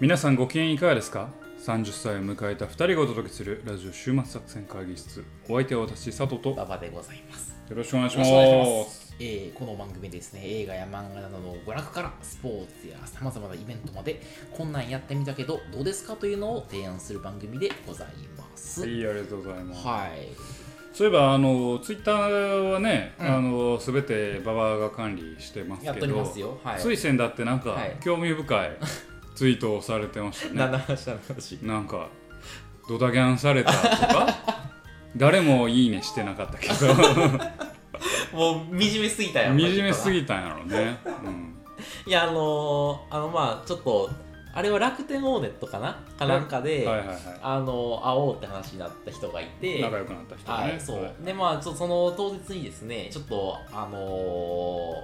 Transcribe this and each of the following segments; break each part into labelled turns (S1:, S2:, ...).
S1: 皆さんご機嫌いかがですか ?30 歳を迎えた2人がお届けするラジオ週末作戦会議室お相手は私佐藤とよ
S2: 馬場でございます。
S1: ろしくお願いし
S2: よろ
S1: ま
S2: しくお願いしますす。えーこの番組ですね、映画や漫画などの娯楽からスポーツやさまざまなイベントまで、こんなんやってみたけど、どうですかというのを提案する番組でございます。
S1: は
S2: はい。
S1: いありがとうございます、そういえばあのツイッターはね、
S2: うん
S1: あの全て馬場が管理してますけ
S2: やっ
S1: ど
S2: ておりますよ。はい。
S1: つい先だってなんか、
S2: はい
S1: 興味深 いツイートをされてましたね
S2: なんの話なんの話
S1: なんかドタキャンされたとか 誰もいいねしてなかったけど
S2: もう惨めすぎたよ。
S1: 惨めす
S2: ぎ
S1: ぎたんやろうね、うん
S2: いや、あのー、あの、まあちょっと、あれは楽天オーネットかなかなんかで、
S1: はいはいはい
S2: あのー、会おうって話になった人がいて、
S1: 仲良くなった人
S2: は
S1: ね、
S2: い、そ。
S1: はいう
S2: で、まあ、ちょその当日にですね、ちょっと、あの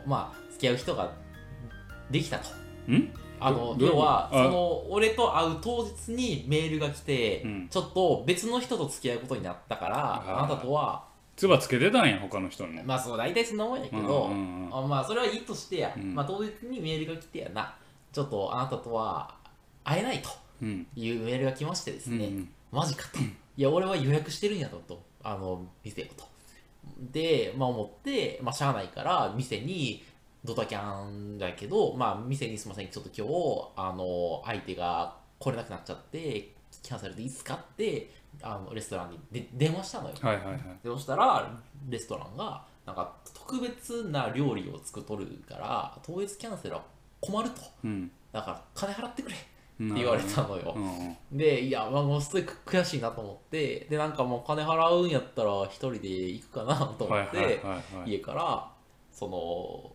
S2: ーまあ、付き合う人ができたと。
S1: ん
S2: あ
S1: どどうい
S2: の、
S1: うこと
S2: 要は、そ
S1: あ
S2: の、俺と会う当日にメールが来て、
S1: うん
S2: ちょっと別の人と付き合うことになったから、
S1: あー
S2: あなたとは、
S1: つばつけてたんや他の人にも、
S2: まあ、その、大体そんなもんやけど、
S1: うんうんうん
S2: あまあ、それはいいとしてや、
S1: うん
S2: まあ、当日にメールが来てやな、ちょっとあなたとは会えないと
S1: うん
S2: いうメールが来ましてです
S1: うん
S2: ね、マジかと。いや、俺は予約してるんやと、とあの、店をと。で、まあ思って、まあしゃあないから、店に、ドタキャンだけど、まあ店にすみません、ちょっと今日、あの、相手が来れなくなっちゃって、キャンセルでいいつかって、あの、レストランにで電話したのよ。
S1: はいはいはい
S2: でそしたら、レストランが、なんか特別な料理を作っとるから、当日キャンセルは困ると。
S1: うん
S2: だから金払ってくれって
S1: って
S2: 言われたのよ。でいやまあもうすごい悔しいなと思ってでなんかもう金払うんやったら一人で行くかなと思
S1: はい
S2: っ
S1: はいはい
S2: て
S1: はい
S2: 家からその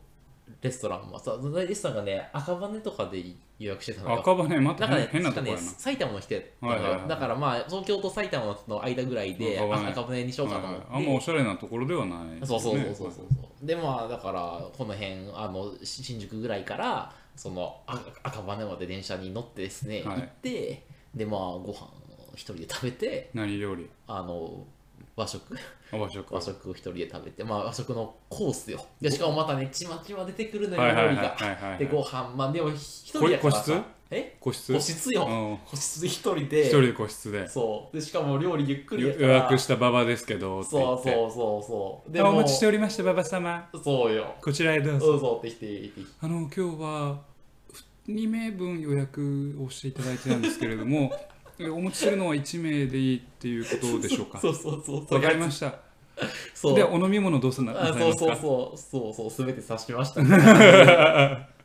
S2: レストランもさレストランがね赤羽とかで予約してたのよ
S1: 赤羽ま
S2: だ
S1: た
S2: から
S1: 変
S2: ね
S1: 変な
S2: 確
S1: と
S2: か
S1: こ
S2: ね
S1: やな、
S2: 埼玉の人やったのよ、
S1: はいはいはい
S2: だからまあ東京と埼玉の間ぐらいで
S1: 赤羽
S2: あ赤羽にしようかと
S1: はい
S2: 思
S1: は
S2: っ
S1: い
S2: て、
S1: あんまおしゃれなところではない、
S2: そうそうそうそう
S1: ね
S2: そうそうでまあだからこの辺あのし新宿ぐらいからそのあ赤羽まで電車に乗ってですね、
S1: はい
S2: 行ってでまあご飯を一人で食べて
S1: 何料理
S2: あの和食
S1: あ和食
S2: 和食を一人で食べてまあ和食のコースよでしかもまたねちまちま出てくるのよ
S1: はいはいは
S2: 料
S1: い
S2: 理
S1: はいは
S2: が
S1: いはい
S2: でご飯まあでも一人やからさ
S1: こ個室
S2: え
S1: 個室
S2: 個室
S1: う
S2: よ
S1: ん
S2: 個室で一人
S1: 一
S2: で
S1: 人で個室で
S2: そうでしかも料理ゆっくりやか
S1: 予
S2: ら
S1: 約した馬場ですけどって言
S2: そう
S1: っ
S2: そ
S1: て
S2: うそうそう
S1: あお待ちしておりました馬場様
S2: そうよ
S1: こちらへどうぞ、
S2: そうそうってきて言ってきて
S1: あの今日は2名分予約をしていただいてたんですけれど もえお持ちするのは1名でいいっていうことでしょうか
S2: そうそうそうそう
S1: わかりました
S2: そう
S1: でお飲み物どうすなな
S2: あ
S1: さい
S2: そう
S1: ます
S2: そう
S1: か
S2: そうそうそうすべて刺しました、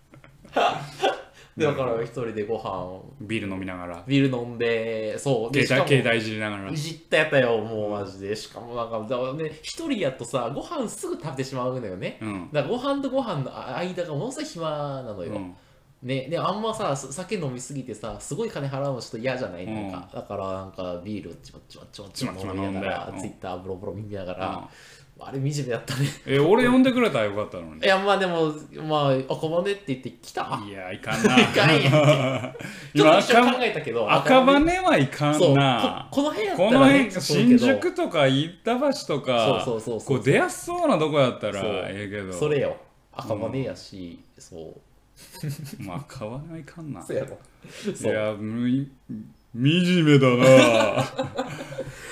S2: でだから一人でご飯を
S1: ビール飲みながら
S2: ビール飲んでそうで
S1: 携帯
S2: し
S1: 携
S2: かも
S1: 帯いじりながら
S2: いじったやったよもうマジでしかもなんかだからね一人やとさご飯すぐ食べてしまうのよね
S1: うん、
S2: だからご飯とご飯の間がものすごい暇なの
S1: う
S2: よ、
S1: ん、
S2: ねであんまさす酒飲みすぎてさすごい金払うのちょっと嫌じゃないなんか、だからなんかビールをちまちまちまちま飲み
S1: ちまちま飲
S2: なが
S1: ん
S2: ら
S1: でうん
S2: ツイッターブロブロ見なが
S1: うん
S2: ら、あれ惨めだったね
S1: え俺呼んでくれたらよかったのに
S2: いやまあでもまあ赤羽って言って来た
S1: いやいかんな
S2: いかんやちょ っ
S1: 今
S2: と一
S1: 赤
S2: 瞬考
S1: 羽
S2: えたけど
S1: 赤羽はいか
S2: そうん
S1: な
S2: ここの辺やった
S1: こ
S2: ら
S1: の、
S2: ね、
S1: 辺
S2: そうけ
S1: 新
S2: ど
S1: 宿とか板橋とか
S2: そうそうそうそ
S1: こ
S2: う
S1: う出やすそうなとこやったら
S2: そう
S1: ええけど
S2: それよ赤羽やし、そう
S1: まあ買わないかんな
S2: そうやろ
S1: い
S2: そう
S1: やむい惨め だな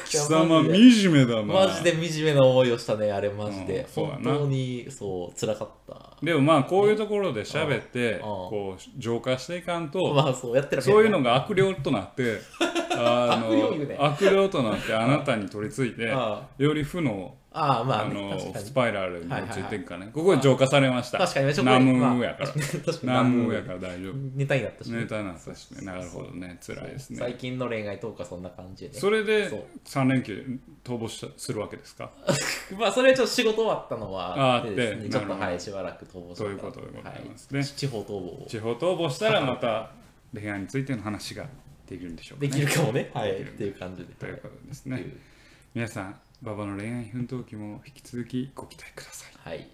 S1: 貴様
S2: いやマジで
S1: 惨めだな
S2: マジで惨めな思いをしたねあれマジで、
S1: うんそうや
S2: 本
S1: な
S2: 当にそう辛かった
S1: でもまあこういうところで喋って
S2: ん
S1: こう浄化していかんと
S2: まあそうやってる
S1: そういうのが悪霊となって あ
S2: 悪霊言うね
S1: の悪霊となってあなたに取り付いて
S2: あ
S1: より負の
S2: ああま
S1: あ
S2: あ、ね、
S1: の
S2: 確か
S1: ス
S2: に
S1: パイラルに陥っていくからねここで浄化されました
S2: 確かに
S1: ナムーや から
S2: まあ確かに
S1: ナムーやから大丈夫
S2: ネタになったし、
S1: ネタなんですねなるほどね辛いですね
S2: 最近の恋愛とかそんな感じで、ね、
S1: それで
S2: そう
S1: 3連休逃亡したするわけですか
S2: まあそれはちょっと仕事終わったのは
S1: あー
S2: ですね
S1: で
S2: ちょっ
S1: なる
S2: と
S1: ほど
S2: はいしばらく逃亡
S1: そういうことでございますね
S2: はい、地方逃亡を
S1: 地方逃亡したらまた恋愛についての話ができるんでしょうか、
S2: で
S1: ね、
S2: きるかもねはい
S1: できる
S2: っていう感じで
S1: ということですね皆さん馬場の恋愛奮闘記も引き続きご期待ください
S2: はい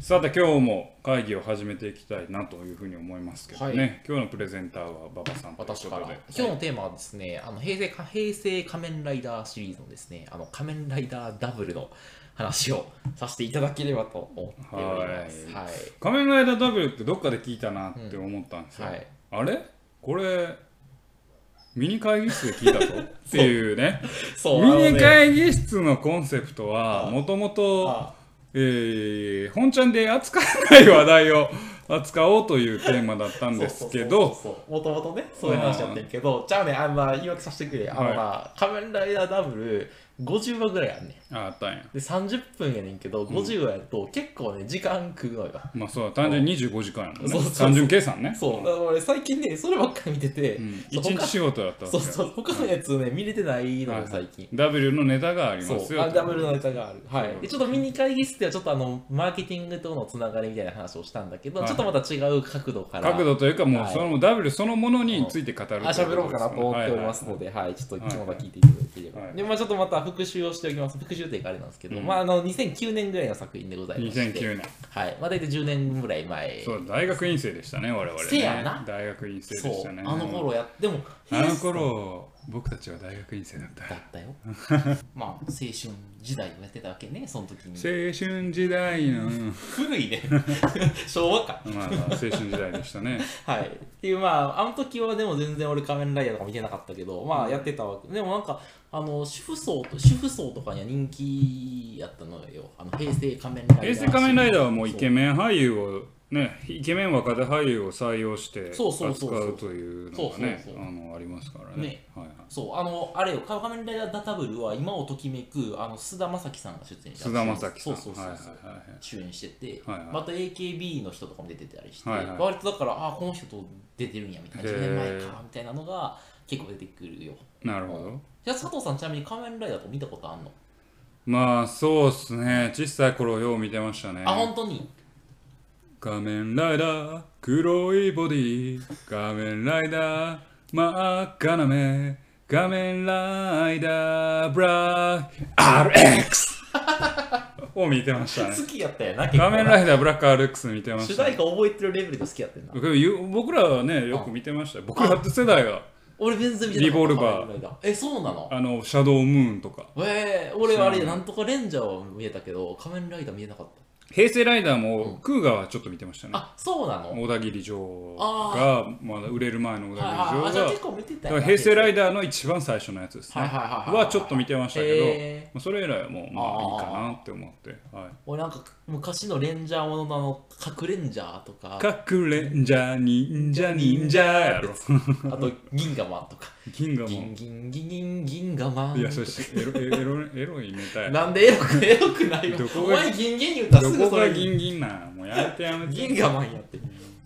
S1: さて今日も会議を始めていきたいなというふうに思いますけどね、
S2: は
S1: 今日のプレゼンターは馬場さんということ
S2: 私
S1: で
S2: から
S1: はい
S2: 今日のテーマはですね、あの平成か平成仮面ライダーシリーズのですね、あの仮面ライダーダブルの話をさせていただければと思っております。
S1: は
S2: はい。
S1: 仮面ライダー W ってどっかで聞いたなって思ったんですよ、
S2: はい
S1: あれこれミニ会議室で聞いた ぞっていうね
S2: そう、あの
S1: ミニ
S2: ね、
S1: 会議室のコンセプトは
S2: あ
S1: もともと
S2: あ
S1: えー本ちゃんで扱わない話題を 扱おうというテーマだったんですけど
S2: そうそうそうそうもともとねそういう話だったんやけどじゃあねあんまあ言い訳させてくれあの
S1: はい
S2: な、仮面ライダーダブル50話ぐらいあんねん
S1: ああったんや
S2: で30分やねんけど50話やと結構ね時間食うのよ、
S1: まあそう単純に25時間やもん
S2: そうそう
S1: ね
S2: そう
S1: 単純計算ね
S2: そうだから俺最近ねそればっかり見てて、
S1: うん
S2: そう
S1: 一日仕事だったん
S2: そう
S1: です
S2: そ
S1: よ
S2: う他のやつね見れてないのよ最近、
S1: W のネタがあり
S2: そ
S1: ま
S2: う
S1: すよ
S2: あ
S1: と
S2: ダブルのネタがある、はい、でちょっとミニ会議室ではちょっとあのマーケティングとのつながりみたいな話をしたんだけど、
S1: はい
S2: ちょっとまた違う角度から
S1: 角度というかもう
S2: はい
S1: その W そのものについて語るとい
S2: あ、喋ろうかなと思っておりますすので、はい、ちょっと今日まだ聞いていただければ。
S1: はい
S2: で、まあちょっとまた復習をしておきます。復習というかあれなんですけど、
S1: うん
S2: まああの、2009年ぐらいの作品でございまして。
S1: 2009年
S2: はい。まあ大体10年ぐらい前。
S1: そう大学院生でしたね我々ね
S2: せやな
S1: 大学院生
S2: そう
S1: でしたね
S2: あの頃や、でも、
S1: あの頃僕たちは大学院生だった
S2: だったよ。 まあ、青春時代をやってたわけね、その時に。
S1: 青春時代の、
S2: 古いね。 昭和か。
S1: まあ、青春時代でしたね
S2: はい。っていう、まあ、あの時はでも全然俺仮面ライダーとか見てなかったけど、まあやってたわけ。でもなんか、あの、主婦層と、主婦層とかには人気やったのよ。あの、平成仮面ライダー。
S1: 平成仮面ライダーはもうイケメン俳優をねイケメン若手俳優を採用して扱
S2: そうそうそうそう
S1: うというのがね
S2: そうそうそう
S1: あのありますからね
S2: ね
S1: はいはい
S2: そう、あの、あれよ、仮面ライダーダダブルは今をときめく、あの、菅田将暉さんが出演して
S1: 菅田将暉さん
S2: そうそうそうそう、
S1: はいはいはいはい
S2: 主演してて、
S1: はいはい
S2: また AKB の人とかも出てたりして、
S1: はいはい
S2: 割とだから、ああ、この人と出てるんや、みたいな、
S1: へー
S2: 10年前か、みたいなのが結構出てくるよ。
S1: なるほど
S2: じゃあ、佐藤さん、ちなみに仮面ライダーとか見たことあんの、
S1: まあそうっすね小さい頃よう見てましたね
S2: あ、本当に
S1: 仮面ライダー黒いボディ仮面ライダー真っ赤な目仮面ライダーブラック RX を見てましたね
S2: 好きやったよな、結構な。
S1: 仮面ライダーブラック RX 見てま
S2: 主
S1: した
S2: 題
S1: ね
S2: 歌覚えてるレベルで好きやってんな。
S1: 僕ゆ僕らはねよく見てましたよ僕らって世代は
S2: 俺、全然見てなかっ
S1: リボ
S2: た
S1: ルバー
S2: 仮面ライダえ、そうなの
S1: あのシャドウムーンとか
S2: えー、俺、あれ、なんとかレンジャーは見えたけど、仮面ライダー見えなかった。
S1: 平成ライダーもクーガーはちょっと見てましたね
S2: あ、そうなの
S1: 小田切城がまだ売れる前の小田
S2: ああ、じゃあ
S1: 切
S2: 結構見て
S1: 城
S2: たよ
S1: が
S2: な
S1: 平成ライダーの一番最初のやつですね
S2: はいはいはいはい
S1: はちょっと見てましたけど、
S2: へ
S1: まあ、それ以来はもうまあいいかなって思って、は
S2: 俺なんか昔のレンジャーもののあの核レンジャーとか
S1: い、隠れんじゃ忍者忍者やろ
S2: あと銀河マンとか
S1: 銀河
S2: 銀
S1: も
S2: 銀銀銀銀河マン
S1: いやそしてエロエロエロいネタや
S2: なんでエロくエロくないわ
S1: どこ
S2: お
S1: が
S2: 前銀銀言うたら
S1: ど
S2: すぐ
S1: こ
S2: そ
S1: が
S2: れ
S1: 銀銀なんもうやめてやめて
S2: 銀河マンやって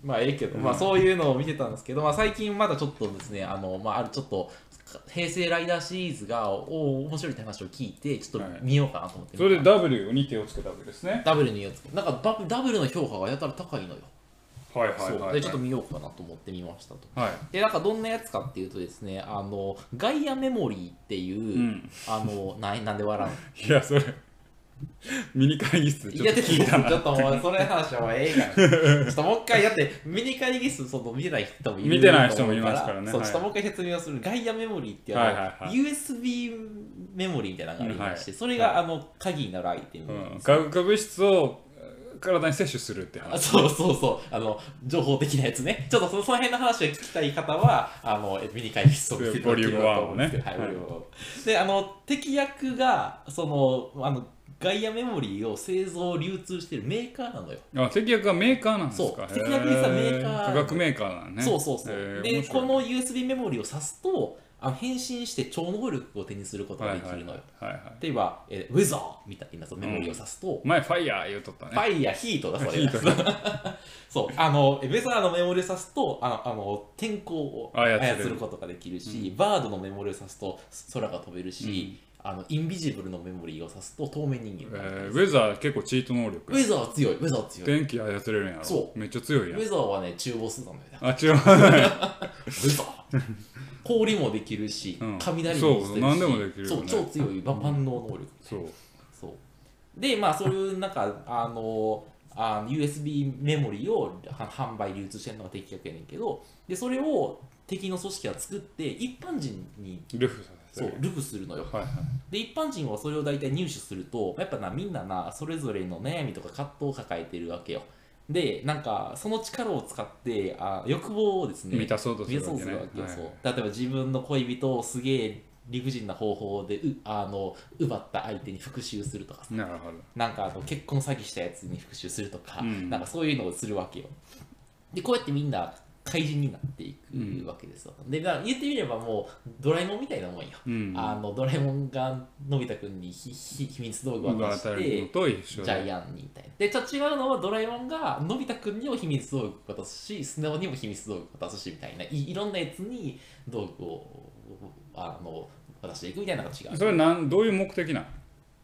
S2: まあええけど、まあそういうのを見てたんですけど、まあ最近まだちょっとですね、あの、まああるちょっと、平成ライダーシリーズが、おお、面白いって話を聞いて、ちょっと見ようかなと思って、
S1: それで W に手をつけたわけですね
S2: ダブルにやつ、なんかダブダブルの評価がやたら高いのよ。
S1: はいはい
S2: そ
S1: は
S2: う
S1: い
S2: でちょっと見ようかなと思ってみましたと。
S1: はい
S2: でなんかどんなやつかっていうとですねあのガイアメモリーっていう、
S1: ん
S2: あのなんなんで笑
S1: いやそれ ミニ会議室
S2: う
S1: で
S2: の
S1: ちょっと聞いたな
S2: ちょっともうそれ話はもうええ からちょっともう一回だってミニ会議室その見てない人もいる
S1: 見てない人もいますからね
S2: そう
S1: はい
S2: ちょっともう一回説明をするガイアメモリーっていうの
S1: はいはいはい
S2: USB メモリーみたいなのがありまして、
S1: うんはい
S2: それがあの鍵になるアイテム
S1: う
S2: なんですよ
S1: ん、化学物質を体に摂取するって
S2: あ
S1: 話
S2: そうそうそう、あの、情報的なやつね。ちょっとそのその辺の話を聞きたい方は、あの、ミニ会議室を見ていただければと思うんですけど
S1: ボ
S2: は
S1: リュ
S2: い、
S1: ーム1をね
S2: ボリューム1で、あの、敵役が、その、あの、ガイアメモリーを製造、流通してるメーカーなのよ。
S1: あ敵役はメーカーなんですか
S2: そう敵役にさ
S1: へ
S2: メーカー
S1: 化学メーカーなんね
S2: そうそうそ
S1: へ
S2: う。
S1: ー
S2: で、
S1: 面白
S2: こ
S1: い
S2: の USB メモリーを挿すと、あの変身して超能力を手にすることができるのよ。
S1: はいはいはいはい
S2: 例えば、えーウェザーみたいなそのメモリーを挿すと、
S1: 前ファイヤー言うとったね
S2: ファイヤー、ヒートだ、そ
S1: ヒ
S2: れ
S1: ー
S2: が
S1: ト。だ
S2: そう、あの、ウェザーのメモリを挿すと、あの、あの天候を
S1: 操れる
S2: 操ることができるし、バードのメモリを挿すと空が飛べるし、あの、インビジブルのメモリを挿すと透明人
S1: え
S2: 間が、
S1: ーウェザー結構チート能力
S2: ウェザーは強い、ウェザーは強い。
S1: 電気操れるんやろ
S2: そう
S1: めっちゃ強いや
S2: ウ
S1: ん
S2: ェザーはね、中ボスなのよね。
S1: あ違う
S2: ウェザー氷もできるし、
S1: うん
S2: 雷も
S1: そ
S2: す
S1: う
S2: るし、
S1: 何でもできるよね
S2: そう、超強い、ば万能能力。
S1: そう
S2: そうでまあそういうなんかあのあの USB メモリーをは販売流通してるのが敵役やねんけどでそれを敵の組織は作って一般人に
S1: ルフさんです
S2: そ
S1: ね
S2: うルフするのよ
S1: はいはい
S2: で一般人はそれを大体入手するとやっぱなみんななそれぞれの悩みとか葛藤を抱えてるわけよでなんかその力を使ってあ欲望をですね
S1: 満たそうとす
S2: 見え
S1: る
S2: そ
S1: わ
S2: う
S1: け
S2: す
S1: ね
S2: るわけよ、
S1: はい
S2: そう例えば自分の恋人をすげえ理不尽な方法でうあの奪った相手に復讐するとかさ
S1: なるほど
S2: なんかあの結婚詐欺したやつに復讐するとか、
S1: うん
S2: なんかそういうのをするわけよでこうやってみんな怪人になっていくわけですよ、でだから言ってみればもうドラえもんみたいなもんよ、
S1: うん
S2: あのドラえもんがのび太くんにひひ秘密道具を渡
S1: が
S2: して
S1: 当たるのと一緒
S2: ジ
S1: で
S2: ャイアンにみたいな。で、ちょっと違うのはドラえもんがのび太くんにも秘密道具渡すし、スネ夫にも秘密道具渡すしみたいない、いろんなやつに道具をあの渡していくみたいなのが違。
S1: そうれなんどういう目的なん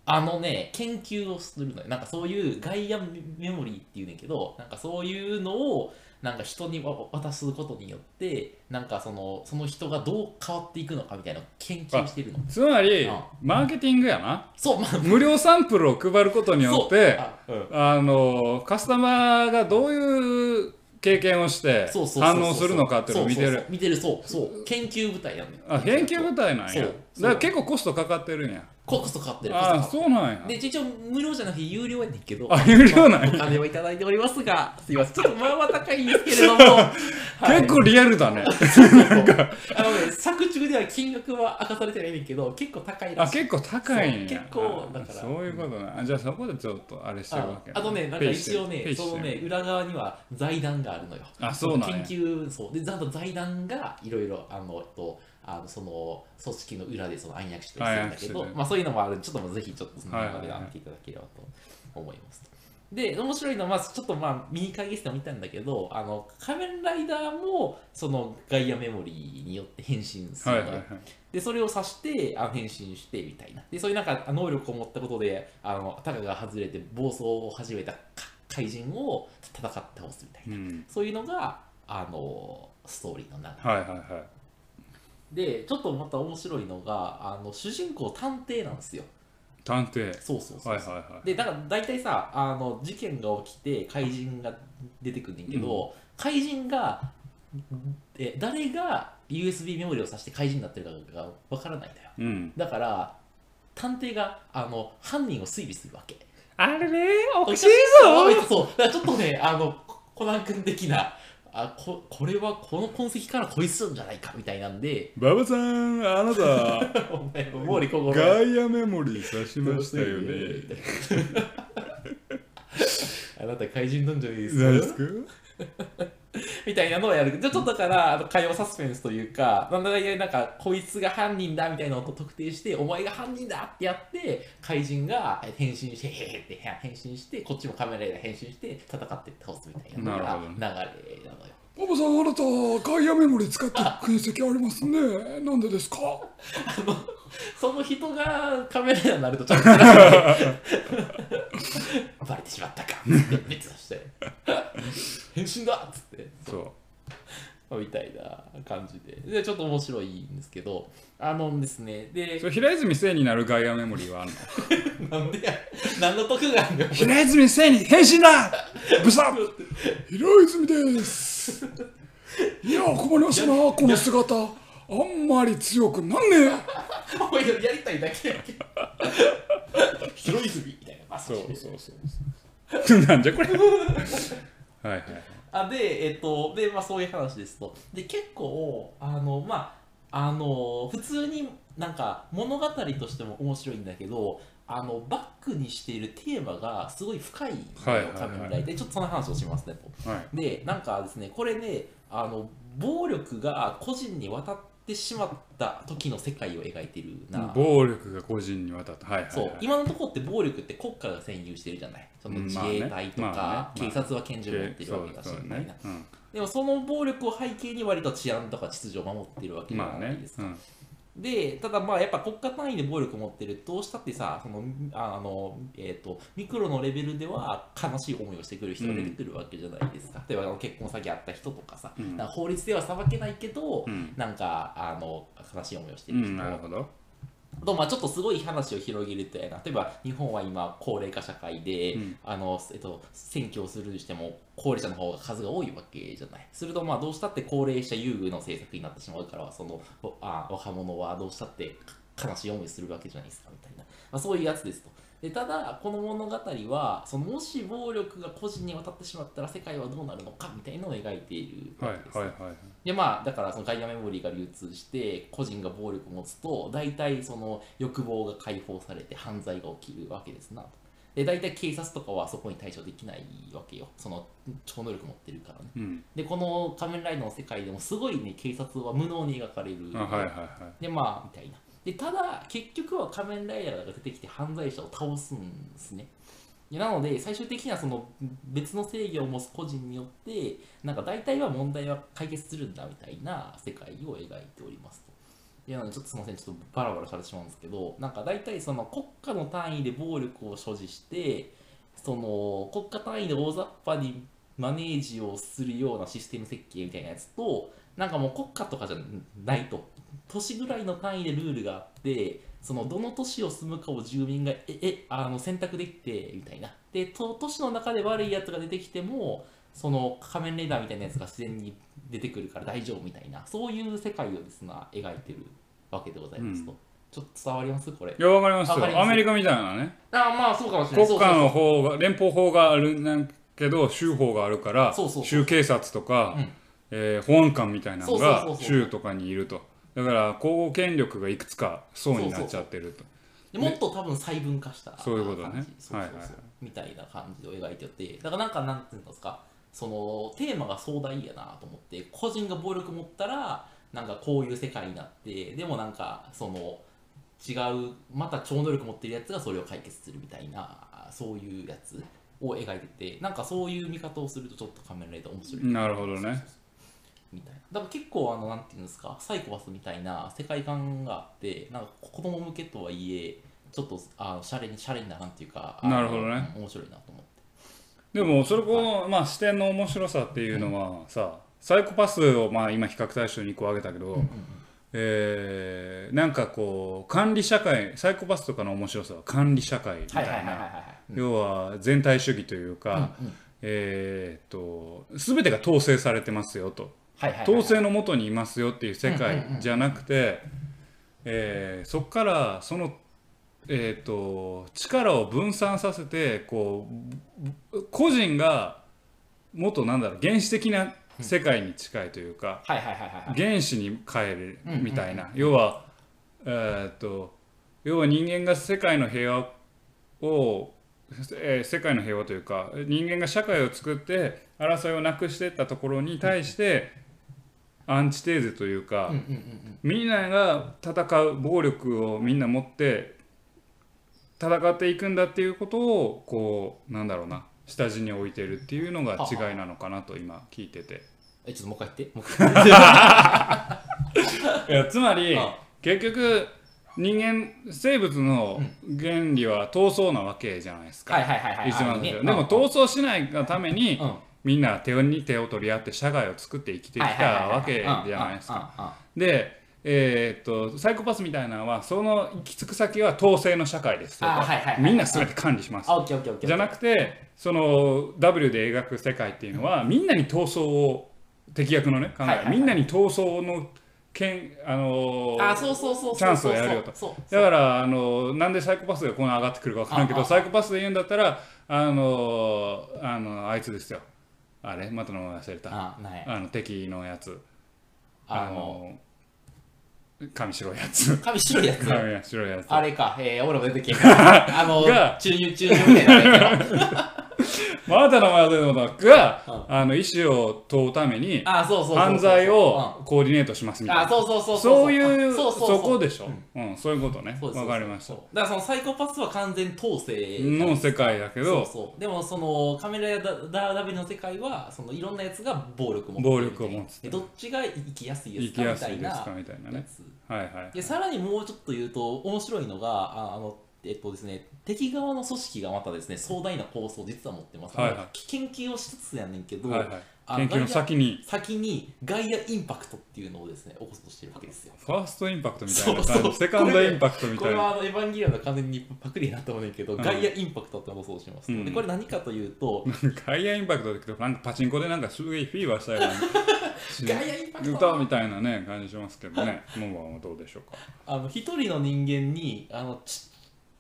S2: あのね、研究をするのよ。なんかそういうガイアメモリーっていうねんけど、なんかそういうのをなんか人にわ渡すことによって、なんかそのその人がどう変わっていくのかみたいなのを研究してるの。
S1: つまり
S2: あ
S1: マーケティングやな
S2: そう、まあ、
S1: 無料サンプルを配ることによって
S2: そうあうん
S1: あのカスタマーがどういう経験をして
S2: そうそうそうそう
S1: 反応するのかっていうのを見て
S2: そうそう
S1: る
S2: そう見てるそうそう研究部隊なんだよ
S1: あ研究部隊なん
S2: そう
S1: やだから結構コストかかってるんや
S2: コストかかってる
S1: あ
S2: コストかかってる
S1: そうなんや
S2: で一応無料じゃなくて有料やねんけど
S1: あ有料なんや
S2: お金をいただいておりますがすいませんちょっとまあまあ高いんですけれども、はい
S1: 結構リアルだね
S2: あのね作中では金額は明かされてないねんけど結構高いら
S1: あ
S2: しい
S1: 結構高いんや
S2: そう結構だから
S1: あそういうことねあじゃあそこでちょっとあれしてるわ
S2: あ
S1: け
S2: あとね、なんか
S1: ペイして
S2: 一応
S1: ペ
S2: ね、
S1: イして
S2: そのね、裏側には財団があるのよ。
S1: あそうなんや
S2: 研究、そう。で、ちゃんと財団がいろいろ、あの、えっと、あのその組織の裏でその暗躍してたりするんだけ
S1: 暗
S2: ど
S1: 躍して、る
S2: まあそういうのもあるんで、ちょっともうぜひちょっとその
S1: はいはいは
S2: 中
S1: い
S2: で見ていただければと思います。で、面白いのは、まあちょっとまあミニ会議室でも見たんだけど、あの、仮面ライダーも、そのガイアメモリーによって変身するの
S1: はい
S2: よ。
S1: はいはい
S2: でそれを刺してあの変身してみたいなでそういうなんか能力を持ったことであのタカが外れて暴走を始めたか怪人を戦って倒すみたいうな、
S1: ん
S2: そういうのがあのストーリーの中
S1: はいはいはい
S2: でちょっとまた面白いのがあの主人公探偵なんですよ
S1: 探偵
S2: そうそうそう、
S1: はいはいはい
S2: でだから大体さあの事件が起きて怪人が出てくるんだけど、怪人がえ誰が USB メモリを挿して怪人になってるかがわからないんだよ
S1: うん、
S2: だから探偵があの犯人を推理するわけ
S1: あれねおかしいぞ
S2: そうだからちょっとねあのココナン君的なあここれはこの痕跡からこいつなんじゃないかみたいなんで
S1: 馬場さんあな た
S2: お前毛利小五郎
S1: ガイアメモリー刺しましたよね
S2: あなた怪人なんじゃないですか
S1: 何ですか
S2: みたいなのをやるでちょっとだからあの会話サスペンスというかなんだかなんかこいつが犯人だみたいなのを特定してお前が犯人だってやって怪人が変身してへへへって変身してこっちもカメラで変身して戦って倒すみたいなの
S1: な
S2: が
S1: るほどね
S2: 流れなのよ。
S1: 馬場さんあなたガイアメモリー使ってる痕跡ありますねなんでですか
S2: あのその人がカメラになるとちょっと辛いバレてしまったかって別出して変身だっつって
S1: そ
S2: みたいな感じででちょっと面白いんですけどあのですねで
S1: うそれ平泉聖になるガイアメモリーはあんの
S2: なんでや何の得があんの
S1: 平泉聖に変身だブサッ平泉ですいや困りましたなこの姿あんまり強くなんね
S2: おいやりたいだけやけど 広泉みたいなまあ
S1: そうそうそう そうなんじゃこれはいはい
S2: あでえっとでまあそういう話ですとで結構あのまああの普通になんか物語としても面白いんだけどあのバックにしているテーマがすごい深いの
S1: はいはい
S2: よ
S1: はい
S2: 仮面ライダーでちょっとその話をしますねと
S1: はい
S2: でなんかですねこれねあの暴力が個人に渡ってしまった時の世界を描いてるな
S1: 暴力が個人に渡ったはいはい、はい、
S2: そう今のところって暴力って国家が占有してるじゃないその
S1: うん
S2: 自
S1: まあね
S2: 衛隊と
S1: ま
S2: か
S1: あねま
S2: 警
S1: あ
S2: 察は拳銃
S1: そ
S2: を持ってるわけだし
S1: う
S2: みたいな
S1: ね、うん
S2: でもその暴力を背景に割と治安とか秩序を守ってるわけじゃ
S1: まあ
S2: ない
S1: ね
S2: ですか。でただまあやっぱ国家単位で暴力を持ってるどうしたってさそのああの、えー、とミクロのレベルでは悲しい思いをしてくる人が出てくるわけじゃないですか、例えばあの結婚詐欺あった人とかさ、
S1: うん
S2: なんか法律では裁けないけど、
S1: うん
S2: なんかあの悲しい思いをして
S1: うん、う
S2: る人
S1: ん、なるほど
S2: と、まあ、ちょっとすごい話を広げるとやな例えば日本は今高齢化社会で、
S1: うん
S2: あのえっと、選挙をするにしても高齢者の方が数が多いわけじゃないするとまあどうしたって高齢者優遇の政策になってしまうからそのおあ若者はどうしたって悲しい思いするわけじゃないですかみたいな、まあ、そういうやつですと。でただこの物語はそのもし暴力が個人に渡ってしまったら世界はどうなるのかみたいのを描いている
S1: はい
S2: わけですよ
S1: はいはい
S2: でまあだからそのガイアメモリーが流通して個人が暴力を持つと大体その欲望が解放されて犯罪が起きるわけですなとで大体警察とかはそこに対処できないわけよその超能力持ってるからね
S1: うん
S2: でこの「仮面ライダー」の世界でもすごいね警察は無能に描かれる
S1: あはいはいは
S2: でまあみたいなでただ結局は仮面ライダーが出てきて犯罪者を倒すんですねでなので最終的にはその別の正義を持つ個人によってなんか大体は問題は解決するんだみたいな世界を描いておりますと。いやなのでちょっとすみません、ちょっとバラバラされてしまうんですけど、なんか大体その国家の単位で暴力を所持して、その国家単位で大雑把にマネージをするようなシステム設計みたいなやつと、なんかもう国家とかじゃないと、都市ぐらいの単位でルールがあって、そのどの都市を住むかを住民がええあの選択できてみたいな。で、都都市の中で悪いやつが出てきても、その仮面レーダーみたいなやつが自然に出てくるから大丈夫みたいな、そういう世界をですね、描いてるわけでございますと。ちょっと伝わりますこれ。
S1: いいやわかります
S2: わかり
S1: よ
S2: ます
S1: アメリカみたいなね
S2: あまあそうかもしれない。
S1: 国家の法が連邦法があるなんけど州法があるから
S2: そうそうそう
S1: 州警察とか、
S2: うん
S1: えー保安官みたいなの
S2: そうそう
S1: が
S2: そうそう
S1: 州とかにいるとだから交互権力がいくつか層になっちゃってると
S2: でもっと多分細分化した
S1: そういうことね
S2: 感じそうそうそう
S1: はいはいはい
S2: みたいな感じを描いててだからなんかなんていうんですかそのテーマが壮大やなと思って個人が暴力持ったらなんかこういう世界になってでもなんかその違うまた超能力持ってるやつがそれを解決するみたいなそういうやつを描いててなんかそういう見方をするとちょっと仮面ライダー面白い
S1: なるほどね
S2: みたいなだから結構あのなんていうんですかサイコパスみたいな世界観があってなんか子供向けとはいえちょっとあのシャレにシャレにならんっていうかあの
S1: なるほどね
S2: うん面白いなと思って
S1: でもそれこう、まあ、視点の面白さっていうのはさサイコパスをまあ今比較対象に1個挙げたけど、えーなんかこう管理社会サイコパスとかの面白さは管理社会みた
S2: はい
S1: い
S2: はいはいはい
S1: な
S2: はい
S1: 要は全体主義というか、
S2: うんうん
S1: えーっと全てが統制されてますよと
S2: はいはいはい
S1: 統制のもとにいますよっていう世界じゃなくて、えーそこからその、えー、と力を分散させてこうぶ個人がもっとなんだろう原始的な世界に近いというか、
S2: はいはいはいはいはい
S1: 原始に帰るみたいな、要は、えー、と要は人間が世界の平和を、えー世界の平和というか人間が社会を作って争いをなくしていったところに対して、アンチテーゼというか、
S2: うんうんうん
S1: みんなが戦う暴力をみんな持って戦っていくんだっていうことをこうなんだろうな下地に置いてるっていうのが違いなのかなと今聞いてて。
S2: えちょっともう一回言 ってもう一
S1: いやつまり
S2: あ
S1: 結局人間生物の原理は闘争なわけじゃないですか、
S2: 回はいはいはいはい
S1: 一番最
S2: あ
S1: 初
S2: いい
S1: で
S2: ね
S1: も闘争しないがために
S2: うん
S1: みんな手に手を取り合って社会を作って生きてき
S2: はいはい
S1: た
S2: はいはい
S1: わけじゃないですか。
S2: うんうんうん
S1: でえーっとサイコパスみたいなのはその行き着く先は統制の社会ですと
S2: あ
S1: か、
S2: はいはいはい
S1: みんな全て管理します
S2: あオッケーオッケーオッケー
S1: じゃな
S2: く
S1: くてその W で描く世界っていうのはみんなに闘争を敵役のね考え、
S2: はいはいはい
S1: みんなに闘争の権あのー
S2: あそうそうそうそう
S1: チャンスをやるよと
S2: そうそう
S1: だからあのーなんでサイコパスがこんな上がってくるか分からんけ
S2: あ
S1: ど
S2: あ
S1: サイコパスで言うんだったらあのーあのあいつですよあれまた名前忘れた
S2: あなんや
S1: あの敵のやつ
S2: あの
S1: ー髪白いやつ
S2: 髪白いやつ
S1: 髪白いやつ
S2: あれか、えー、俺も出てけん から。あの
S1: が、
S2: 注入、注入み たいなね。
S1: また名前忘れたものが、
S2: う
S1: あの意思を問うために
S2: あ、そうそうそうそう。
S1: 犯罪をコーディネートします
S2: う
S1: み
S2: ん。
S1: たいな
S2: あ、そうそうそう
S1: そういう
S2: そう
S1: そ
S2: そうそう
S1: こでしょ、うんそういうことね
S2: そうです
S1: わかりました
S2: そうですだからそのサイコパスは完全統制
S1: の世界だけど
S2: そうそうでもそのカメラやダダダビの世界はそのいろんなやつが暴力を持って
S1: 暴力を持つ
S2: でどっちが生きやすい
S1: 行
S2: です
S1: き
S2: か
S1: や
S2: み
S1: す
S2: た
S1: い
S2: い
S1: で
S2: な
S1: すかみたいな
S2: や
S1: ね
S2: つ
S1: はいはい
S2: でさらにもうちょっと言うと面白いのがああのえっとですね、敵側の組織がまたですね壮大な構想を実は持ってます、
S1: はいはい
S2: 研究をしつつやねんけど、
S1: はいはい
S2: あ
S1: 研究の先に
S2: ガイア先にガイアインパクトっていうのをですね起こそうとしてるわけですよ
S1: ファーストインパクトみた
S2: そ
S1: いうな
S2: そう
S1: 感じセカンドインパクトみ
S2: こ
S1: た
S2: れ
S1: いな
S2: はあのエヴァンゲリオンの完全にパクリだと思うんだけど、
S1: うん
S2: ガイアインパクトってのをそうします、
S1: うん
S2: でこれ何かという と、
S1: ガイアインパクトだけどなんかパチンコでなんかすごいフィーバーしたよう
S2: ガ
S1: な
S2: イアインパクト
S1: 歌みたいなね感じしますけどねモンバンはどうでしょう か
S2: あの一人の人間にあのち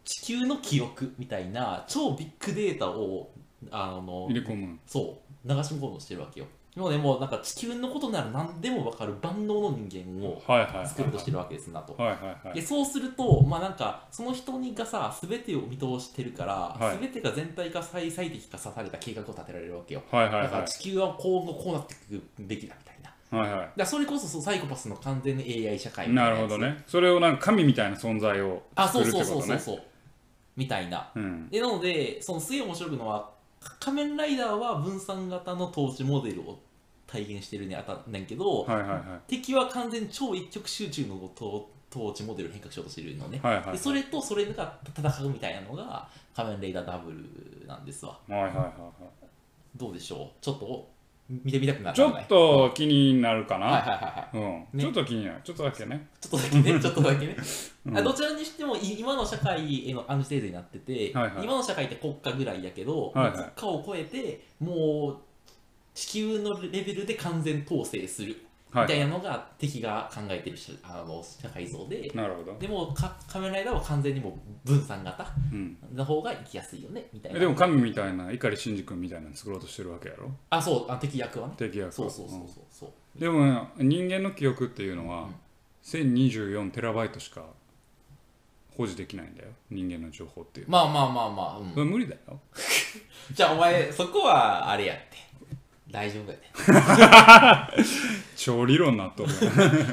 S2: 地球の記憶みたいな超ビッグデータをあの
S1: 入れ込む
S2: そう流し込もうとしてるわけよなのでもうなんか地球のことなら何でも分かる万能の人間を
S1: はいはいはい
S2: 作ろうとしてるわけですなと
S1: はいはいはい
S2: でそうすると、まあ、なんかその人にがさ全てを見通してるから、
S1: はい
S2: 全てが全体が最最適化さされた計画を立てられるわけよ、
S1: はいはい
S2: だから地球は今後こうなっていくべきだみたいなだか
S1: はいは
S2: らそれこそそうサイコパスの完全に AI 社会
S1: い
S2: みたい
S1: な
S2: や
S1: る
S2: つ
S1: ほどねそれをなんか神みたいな存在を
S2: あそ
S1: 作
S2: う
S1: るって
S2: そう
S1: こ
S2: そう
S1: と
S2: そう
S1: ね
S2: そうみたいな
S1: うん
S2: でなのでそのすげえ面白くのはか仮面ライダーは分散型の投資モデルを体現してるにあたんねんけど、
S1: はいはいは
S2: 敵は完全に超一極集中の統統治モデルを変革しようとしてるのね、
S1: はいはいはい
S2: でそれとそれが戦うみたいなのが仮面ライダーダブルなんですわ
S1: いはいはいはいはい
S2: どうでしょうちょっと見てみたくなる
S1: ちょっと気になるか
S2: はいはい
S1: な、
S2: はいはい
S1: うん、
S2: ね
S1: ちょっと気になるちょっとだけね
S2: ちょっとだけ ね、ちょっとだけね。
S1: うん
S2: あどちらにしてもい今の社会へのアンチテーゼになってて、
S1: はいはい
S2: 今の社会って国家ぐらいやけど、
S1: はいはい
S2: 国家を超えてもう地球のレベルで完全統制するみ
S1: は
S2: たい
S1: い
S2: なのが敵が考えてるしあの社会像で、
S1: なるほど、
S2: でもか仮面ライダーは完全にもう分散型
S1: うん、
S2: の方が生きやすいよねみたい
S1: え
S2: な。
S1: でも神みたいな碇シンジ君みたいなの作ろうとしてるわけやろ
S2: あそうあ敵役はね。
S1: 敵役
S2: そうそうそう
S1: うん
S2: そうそう。
S1: でもね人間の記憶っていうのは1024テラバイトしか保持できないんだよ人間の情報っていう
S2: まあまあまあまあ、うん
S1: それ無理だよ
S2: じゃあお前そこはあれやって大丈夫 やで。
S1: 超理論になっとる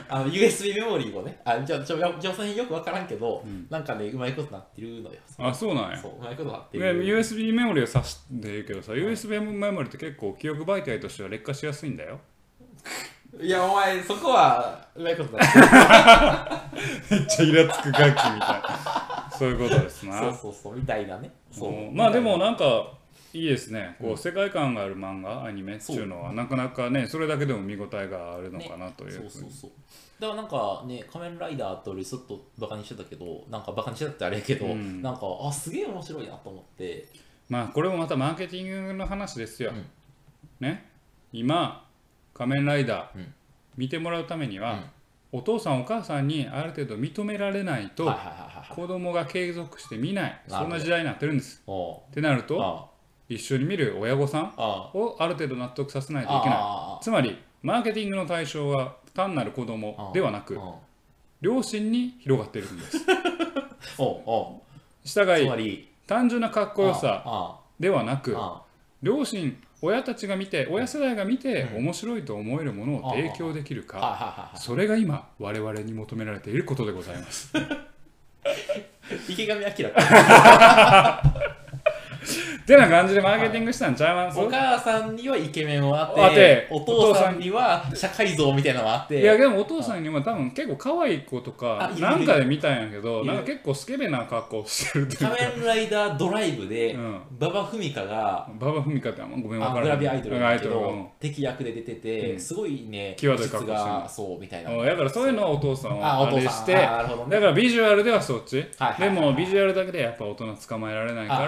S2: あの USB メモリーもね、あじゃあ、ちょじゃあその辺よく分からんけど、なんかね、うまいことなってるのよ。
S1: あそうなんや
S2: そう、うまいことなって
S1: ね
S2: る。
S1: USB メモリを挿して言うけどさ USB メモリって結構記憶媒体としては劣化しやすいんだよ
S2: いや、お前、そこはうまいことなってる。
S1: めっちゃイラつく楽器みたいなそういうことですな
S2: そうそうそう、みたいなね。そう
S1: うんまあでも、
S2: み
S1: なんかいいですねこ
S2: うん
S1: う世界観がある漫画アニメっていうのはなかなかねそれだけでも見応えがあるのかなと
S2: た
S1: い
S2: いな
S1: うふう
S2: ねそうそう
S1: に
S2: そう。だからなんかね、仮面ライダーと俺ちょっとバカにしてたけど、なんかバカにしてたってあれやけど、
S1: うん
S2: なんか、あ、すげえ面白いなと思って、
S1: まあこれもまたマーケティングの話ですよ
S2: うん
S1: ね今仮面ライダー
S2: うん
S1: 見てもらうためにはお父さんお母さんにある程度認められない
S2: はい
S1: と
S2: はいはいはいはい。
S1: 子供が継続して見ない
S2: なる
S1: そ
S2: ほ
S1: ん
S2: ど
S1: な時代になってるんです
S2: おう
S1: ってなると
S2: あ
S1: 一緒に見る親御さん
S2: あ、あ
S1: をある程度納得させな
S2: あ、
S1: いといけない
S2: あ
S1: つまりマーケティングの対象は単なる子供ではな
S2: あ、
S1: く
S2: うん
S1: 両親に広がっているんです
S2: おうお
S1: 従
S2: う、つま
S1: い
S2: り、
S1: 単純なかっこよさ
S2: あ
S1: ではな
S2: あ、
S1: く
S2: あ
S1: 両親親たちが見て親世代が見て
S2: うん
S1: 面白いと思えるものを提供できる
S2: あ、
S1: か
S2: はいはいはいはい。
S1: それが今我々に求められていることでございます
S2: 池上彰
S1: てな感じでマーケティングしたんちゃいます
S2: お母さんにはイケメンをあって
S1: あって
S2: お父さんには社会像みたいなのがあって
S1: いやでもお父さんにも多分結構可愛い子とか
S2: あいる
S1: なんかで見たんやけ
S2: い
S1: ど
S2: る
S1: なんか結構スケベな格好してるという
S2: 仮面ライダードライブで
S1: うん
S2: 馬場文香が
S1: 馬場ふみかってあんまごめん分
S2: あ
S1: か
S2: グ
S1: らな
S2: ラ
S1: い
S2: ビアアイドル
S1: ア
S2: だ
S1: イ
S2: け
S1: ドルうん
S2: ど敵役で出てて
S1: うん
S2: すごいね
S1: 際どい格好してる
S2: 技術がそうみたいな
S1: うんだからそういうのをお父さん
S2: あ
S1: は
S2: お
S1: あ
S2: 父
S1: れ
S2: さん
S1: して
S2: あなるほどね
S1: だからビジュアルではそっち、
S2: はいはいはいはい
S1: でもビジュアルだけでやっぱ大人捕まえられない
S2: あ
S1: か
S2: ああああ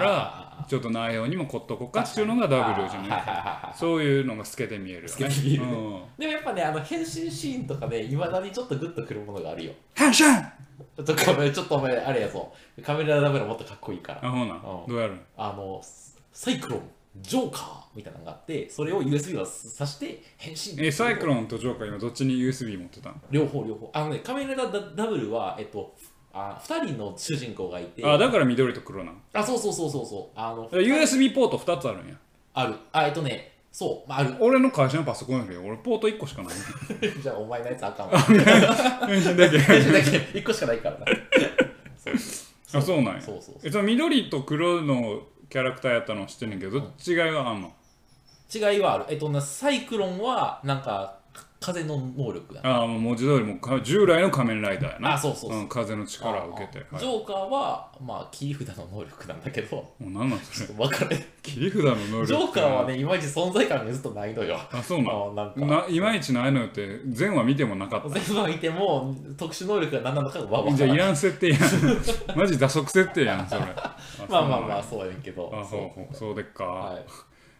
S1: らちょっと内容にも凝っとこうかっていうのがダブルじゃ
S2: あは
S1: ない
S2: いはいはいはい
S1: そういうのが透けて見えるよ
S2: 透け
S1: ね
S2: て見える
S1: うん
S2: でもやっぱねあの変身シーンとかねいまだにちょっとグッとくるものがあるよ
S1: ハンシャン
S2: ちょっとごめんちょっとお前あれやぞカメラダメラもっとかっこいいから
S1: あほな
S2: うん
S1: どうやるん
S2: あの、サイクロン、ジョーカーみたいなのがあって、それを USB を挿して変身。
S1: えサイクロンとジョーカー今どっちに USB 持ってたん
S2: 両方両方。あのね、仮面ライダーダダブルは、えっと、あ2人の主人公がいて、
S1: あだから緑と黒なん
S2: あそうそうそうそうそう。あの、
S1: USB ポート2つあるんや
S2: ある。あ、えっとね、そう、まあ、ある。
S1: 俺の会社のパソコンやけど俺ポート1個しかない
S2: じゃあ、お前のやつあかんわ。
S1: だけ
S2: だけ1個しかないからな。
S1: あそうなんや
S2: そうそうそう
S1: えその緑と黒のキャラクターやったのは知ってんねんけどどっちがいがあんの
S2: 違いはある。えっとね、サイクロンは、なんか、か風の能力だ
S1: ああ、もう文字通りもうか従来の仮面ライダーやな。
S2: あそうそうそう
S1: うん、風の力を受けて。
S2: あ
S1: は
S2: ジ
S1: い、
S2: ョーカーは、まあ、切り札の能力なんだ けど、
S1: もう何なんそれ。
S2: 分かる。
S1: 切り札の能力。
S2: ジョーカーは。ね、いまいち存在感がずっとないのよ。
S1: あ、そうなの
S2: あなんか、
S1: な、いまいちないのよって、前話見てもなかっ
S2: 全部見ても、特殊能力が何なのかがわわ
S1: た。
S2: か
S1: じゃあ、
S2: ら
S1: い
S2: ない。
S1: らん設定や ん。マジ打足設定やん、それ。あ
S2: まあまあま
S1: あ
S2: あ、そうやねんけ
S1: そ
S2: ど。
S1: うなんや。あ、そうそう、そうでっか。
S2: はい。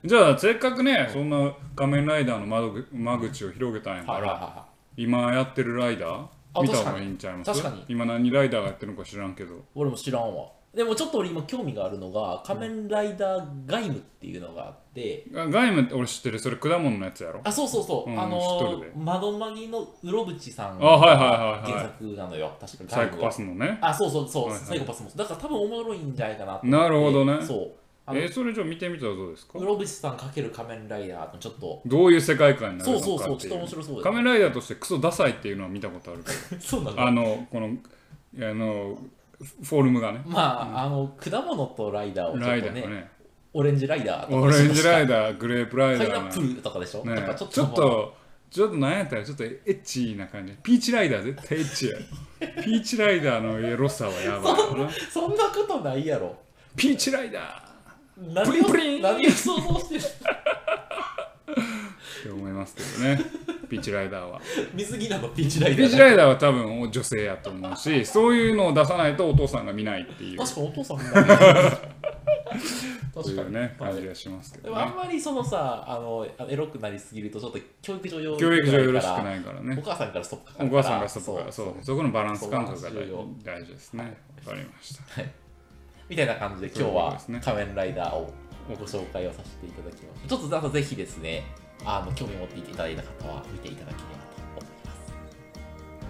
S1: じゃあ、せっかくね、そんな仮面ライダーの窓ぐ間口を広げたんや
S2: は
S1: か
S2: いはいはい
S1: ら、
S2: は
S1: 今やってるライダー
S2: あ
S1: 見た方がいいんちゃいます
S2: 確かに確
S1: 今何ライダーがやってるのか知らんけど。
S2: い。俺も知らんわ。でもちょっと俺今興味があるのが、仮面ライダーガイムっていうのがあって、
S1: あガイムって俺知ってる、それ果物のやつやろ。
S2: あ、そうそうそう、
S1: うん
S2: あ
S1: 知っ
S2: の
S1: とるで
S2: 窓マギのうろぶちさん
S1: あはいはいはいはい
S2: 原作なのよ、確か
S1: サイ
S2: ガイ
S1: コ
S2: ムは
S1: パスのね。
S2: あ、そうそうそう、
S1: はいはい
S2: サイコパスも。だから多分おもろいんじゃないかなと思って
S1: なるほどね
S2: そう。あの、
S1: えー、それじゃあ見てみたらどうですか
S2: 室伏さんかける仮面ライダーのちょっと、
S1: どういう世界観になる
S2: そ
S1: の
S2: う
S1: か
S2: そうそう、
S1: って
S2: ち
S1: い
S2: ょっと面白そう
S1: 仮面ライダーとしてクソダサいっていうのは見たことあるけ
S2: です。そうな
S1: ど、あ
S2: の
S1: の、この、あの、フォルムがね。
S2: まあ、あの、果物とライダーをち
S1: ラ
S2: ょ
S1: イ
S2: っと
S1: ダーが
S2: ね、
S1: ね。
S2: オレンジライダーと
S1: オレンジラ
S2: イ
S1: イダー、グレープライダ
S2: パ
S1: ー
S2: イナ
S1: なん
S2: ッ
S1: て
S2: プルとかでしょ、
S1: ね
S2: だからちょっ
S1: ち
S2: と
S1: ょ
S2: ほ
S1: っ
S2: ら、
S1: とちょっとなんやったらちょっとエッチな感じピーチライダー絶対エッチやピーチライダーのエロさはやばいよな
S2: そんなことないやろ。
S1: ピーチライダ
S2: 何を
S1: プリンプリン
S2: 何を想像してる
S1: ーって思いますけどねピーチライダーは
S2: 水着なのピーチライ
S1: ピ
S2: ダー。
S1: ーチライダーは多分女性やと思うしそういうのを出さないとお父さんが見ないっていう
S2: 確かお父さんも。確
S1: そうい
S2: か
S1: う
S2: に。
S1: ね
S2: まあ
S1: 感じがしますけ
S2: で
S1: ど
S2: もあん
S1: ね
S2: まりそのさ、あの、エロくなりすぎると、ちょっと教育上よろ
S1: 教育上よろしく
S2: い
S1: ないから
S2: から。お
S1: ね
S2: 母さんからストップか
S1: お
S2: かるから。
S1: 母さんがそこからそうそこのバランス感覚が大
S2: そうなん
S1: 大事ですねわかりました
S2: みたいな感じで今日
S1: そういうことで
S2: は
S1: すね
S2: 仮面ライダーをご紹介をさせていただきました。ちょっとあとぜひですね、あの興味を持っていただいた方は見ていただければと思います。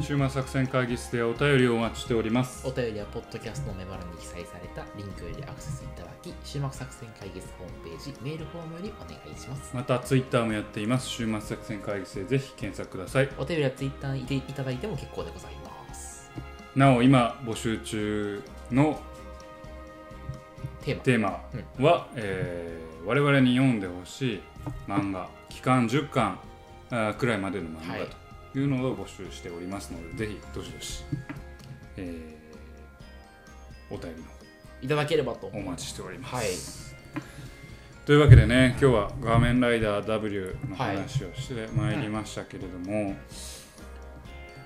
S1: 週末作戦会議室でお便りをお待ちしております
S2: お便りはポッドキャストのメモ欄に記載されたリンクよりアクセスいただき、終幕作戦会議室ホームページ、メールフォームよりお願いします。
S1: またツイッターもやっています週末作戦会議室でぜひ検索ください
S2: お便りはツイッターにいただいても結構でございます。
S1: なお今募集中の
S2: テーマ。
S1: テーマは、えー我々に読んでほしい漫画期間10巻あーくらいまでの漫
S2: はい
S1: 画というのを募集しておりますので、ぜひどしどし、えーお便りの
S2: いただければ
S1: 方
S2: と
S1: お
S2: 思いま
S1: 待ち
S2: す。
S1: しております、
S2: はい。
S1: というわけでね今日は「画面ライダー W」の話をしてまいりましたけれども、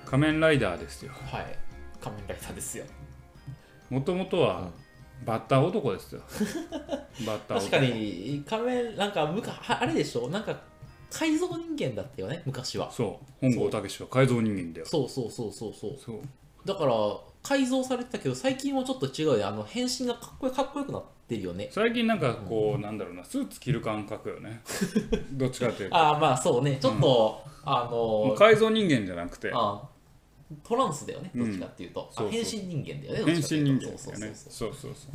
S1: 仮面ライダーですよ
S2: はい。仮面ライダーですよ。
S1: もともとはバッター男です よ。バッター
S2: 確
S1: 男。
S2: かに仮面なんかむかああれでしょなんか改造人間だったよね昔は
S1: そう、本郷武史は改造人間だよ。
S2: そうそうそうそうそう
S1: そう。
S2: だから改造されてたけど最近はちょっと違うよねあの変身がかっこよかっこよくなってるよね
S1: 最近なんかこう、なんだろうな、スーツ着る感覚よ ね。どっちかっていうと。
S2: ああまあそうねちょっと、あ
S1: もう
S2: の
S1: 改造人間じゃなくて、
S2: あトランスだよね
S1: うん
S2: どっちかっていうと、あ
S1: そうそう
S2: 変身人間だ
S1: 変
S2: よねど
S1: 身
S2: っちかってい
S1: 人
S2: う
S1: 間
S2: と
S1: だよ
S2: そうそうそ
S1: ね。そうそ
S2: うそう
S1: うそ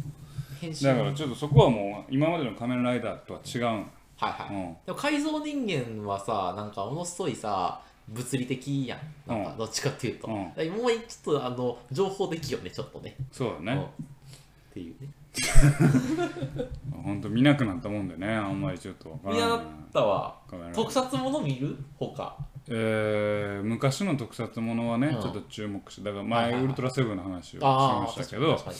S2: 変身
S1: う。だからちょっとそこはもう今までの仮面ライダーとは違う
S2: はいはい、
S1: うん
S2: でも改造人間はさなんかものすごいさ物理的やんなん
S1: う
S2: か
S1: ん
S2: どっちかっていうと、
S1: うん
S2: だからもうちょっとあの情報的よねちょっとね
S1: そうだ
S2: うんっ
S1: ね。
S2: ていうね
S1: ほんと見なくなったもんでね、あんまりちょっとわから
S2: みんなだ
S1: な
S2: っ
S1: い。
S2: たわ
S1: 仮面ライダー
S2: 特撮もの見る他
S1: えー昔の特撮ものはね、
S2: うん
S1: ちょっと注目して、だから
S2: は
S1: 前、
S2: いはいはい
S1: ウルトラセブンの話をし
S2: あ
S1: ま
S2: あ
S1: したけ
S2: 確かに
S1: ど
S2: 確、かに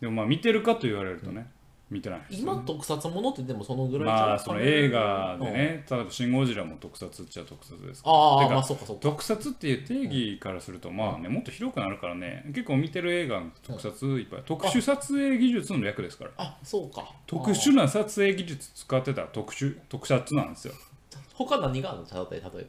S1: でもまあ見てるかと言われるとね、見てないですよね、
S2: 今特撮ものってでもそのぐらい
S1: まあ
S2: ちゃ
S1: そうの
S2: かな
S1: 映画でね、例えば「シン・ゴジラ」も特撮っちゃ特撮ですけど
S2: あ
S1: て
S2: あ
S1: か
S2: まあそうかそうか
S1: 特撮っていう定義からするとまあねもっと広くなるからね結構見てる映画の特撮いっぱい特殊撮影技術の略ですから
S2: あそうか
S1: 特殊な撮影技術使ってたら特殊特撮なんですよ
S2: あー他何があるの例えば例え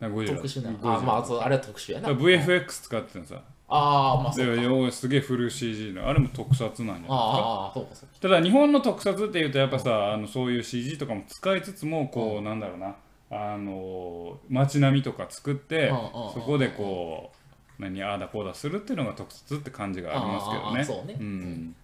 S1: だからゴジ
S2: ば
S1: ラ
S2: 特殊な
S1: ゴジラ
S2: あまあそうあれは特殊やな
S1: だから VFX 使ってたのさ
S2: ああまあそう
S1: で要はすげえ古い CG のあれも特撮なんじゃないです
S2: あ
S1: か
S2: あああそうかそうか
S1: ただ日本の特撮っていうとやっぱさあのそういう CG とかも使いつつもこうなんだろうなあの街並みとか作って
S2: うんうんうん
S1: そこでこう何ああだこうだするっていうのが特撮って感じがありますけど
S2: あああ
S1: ね
S2: あそうね
S1: うん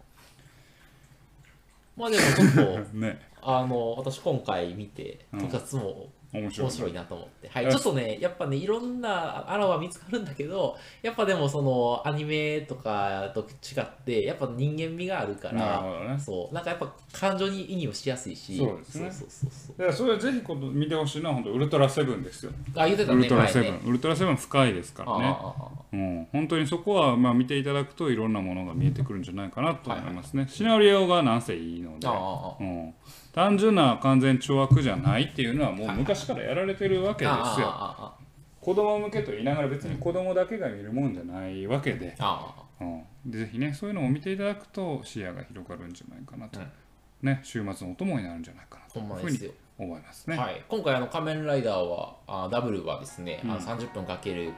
S2: まあでもちょっと
S1: ね
S2: あの私今回見て
S1: うん
S2: 特撮も
S1: 面白い
S2: 面白いなと思って、はい、
S1: うん
S2: ちょっとねやっぱねいろんなあらは見つかるんだけどやっぱでもそのアニメとかと違ってやっぱ人間味があるか
S1: なるほ
S2: ら
S1: どね
S2: そうなんかやっぱ感情に意味をしやすいし
S1: そうですね
S2: そうそうそう
S1: だからそれはぜひ今度見てほしいのは本当ウルトラセブンですよ、
S2: そうあ言ってた
S1: ウ
S2: ね
S1: ルトラセブン、
S2: 前ね
S1: ウルトラセブン深いですからね
S2: ああああ
S1: うん、本当にそこはまあ見ていただくといろんなものが見えてくるんじゃないかなと思いますね、シナリオがなんせいいので
S2: ああああ
S1: うん、単純な完全懲悪じゃないっていうのはもう昔からやられてるわけで
S2: あ
S1: すよ
S2: あ
S1: 子供向けと言いながら別に子供だけが見るもんじゃないわけで
S2: あああああ
S1: うん、でぜひねそういうのを見ていただくと視野が広がるんじゃないかなと、
S2: うん
S1: ね、週末のお供になるんじゃないかなと
S2: ほんま
S1: いうふ
S2: で
S1: う
S2: す
S1: に
S2: よ
S1: 思いますね。
S2: はい、今回あの仮面ライダーはあ W はですね、
S1: う
S2: あ
S1: ん
S2: の30分かける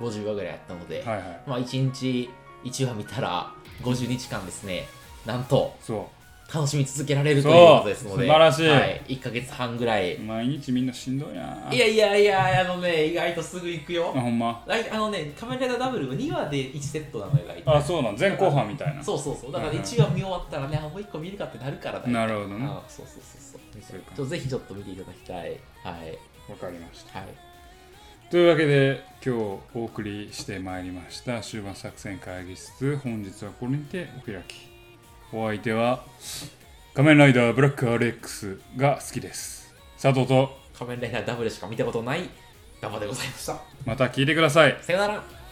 S2: 50話ぐらいやったので、
S1: はい、はい
S2: まあ1日1話見たら50日間ですねなんと
S1: そ
S2: 楽しみ続けられるという
S1: そう
S2: ことですので
S1: 素晴らしい、
S2: はい、1か月半ぐらいう
S1: 毎日みんなしんどいない
S2: やいやいやあのね意外とすぐ行く
S1: あ
S2: よ、
S1: ほんま
S2: 来あのね仮面ライダー W は2話で1セットなのよ大体
S1: あそうなん前後半みたいな
S2: そうそうそうだから
S1: うんうん
S2: 1話見終わったらね、あもう1個見るかってなるからだ
S1: なるほどね
S2: あそうそうそうそう
S1: そういう感じ
S2: ちょっとぜひちょっと見ていただきたいはい
S1: わかりました
S2: はい
S1: というわけで今日お送りしてまいりました終盤作戦会議室本日はこれにてお開きお相手は仮面ライダーブラック RX が好きです佐藤と
S2: 仮面ライダーダブルしか見たことないダバでございました。
S1: また聞いてください
S2: さよなら。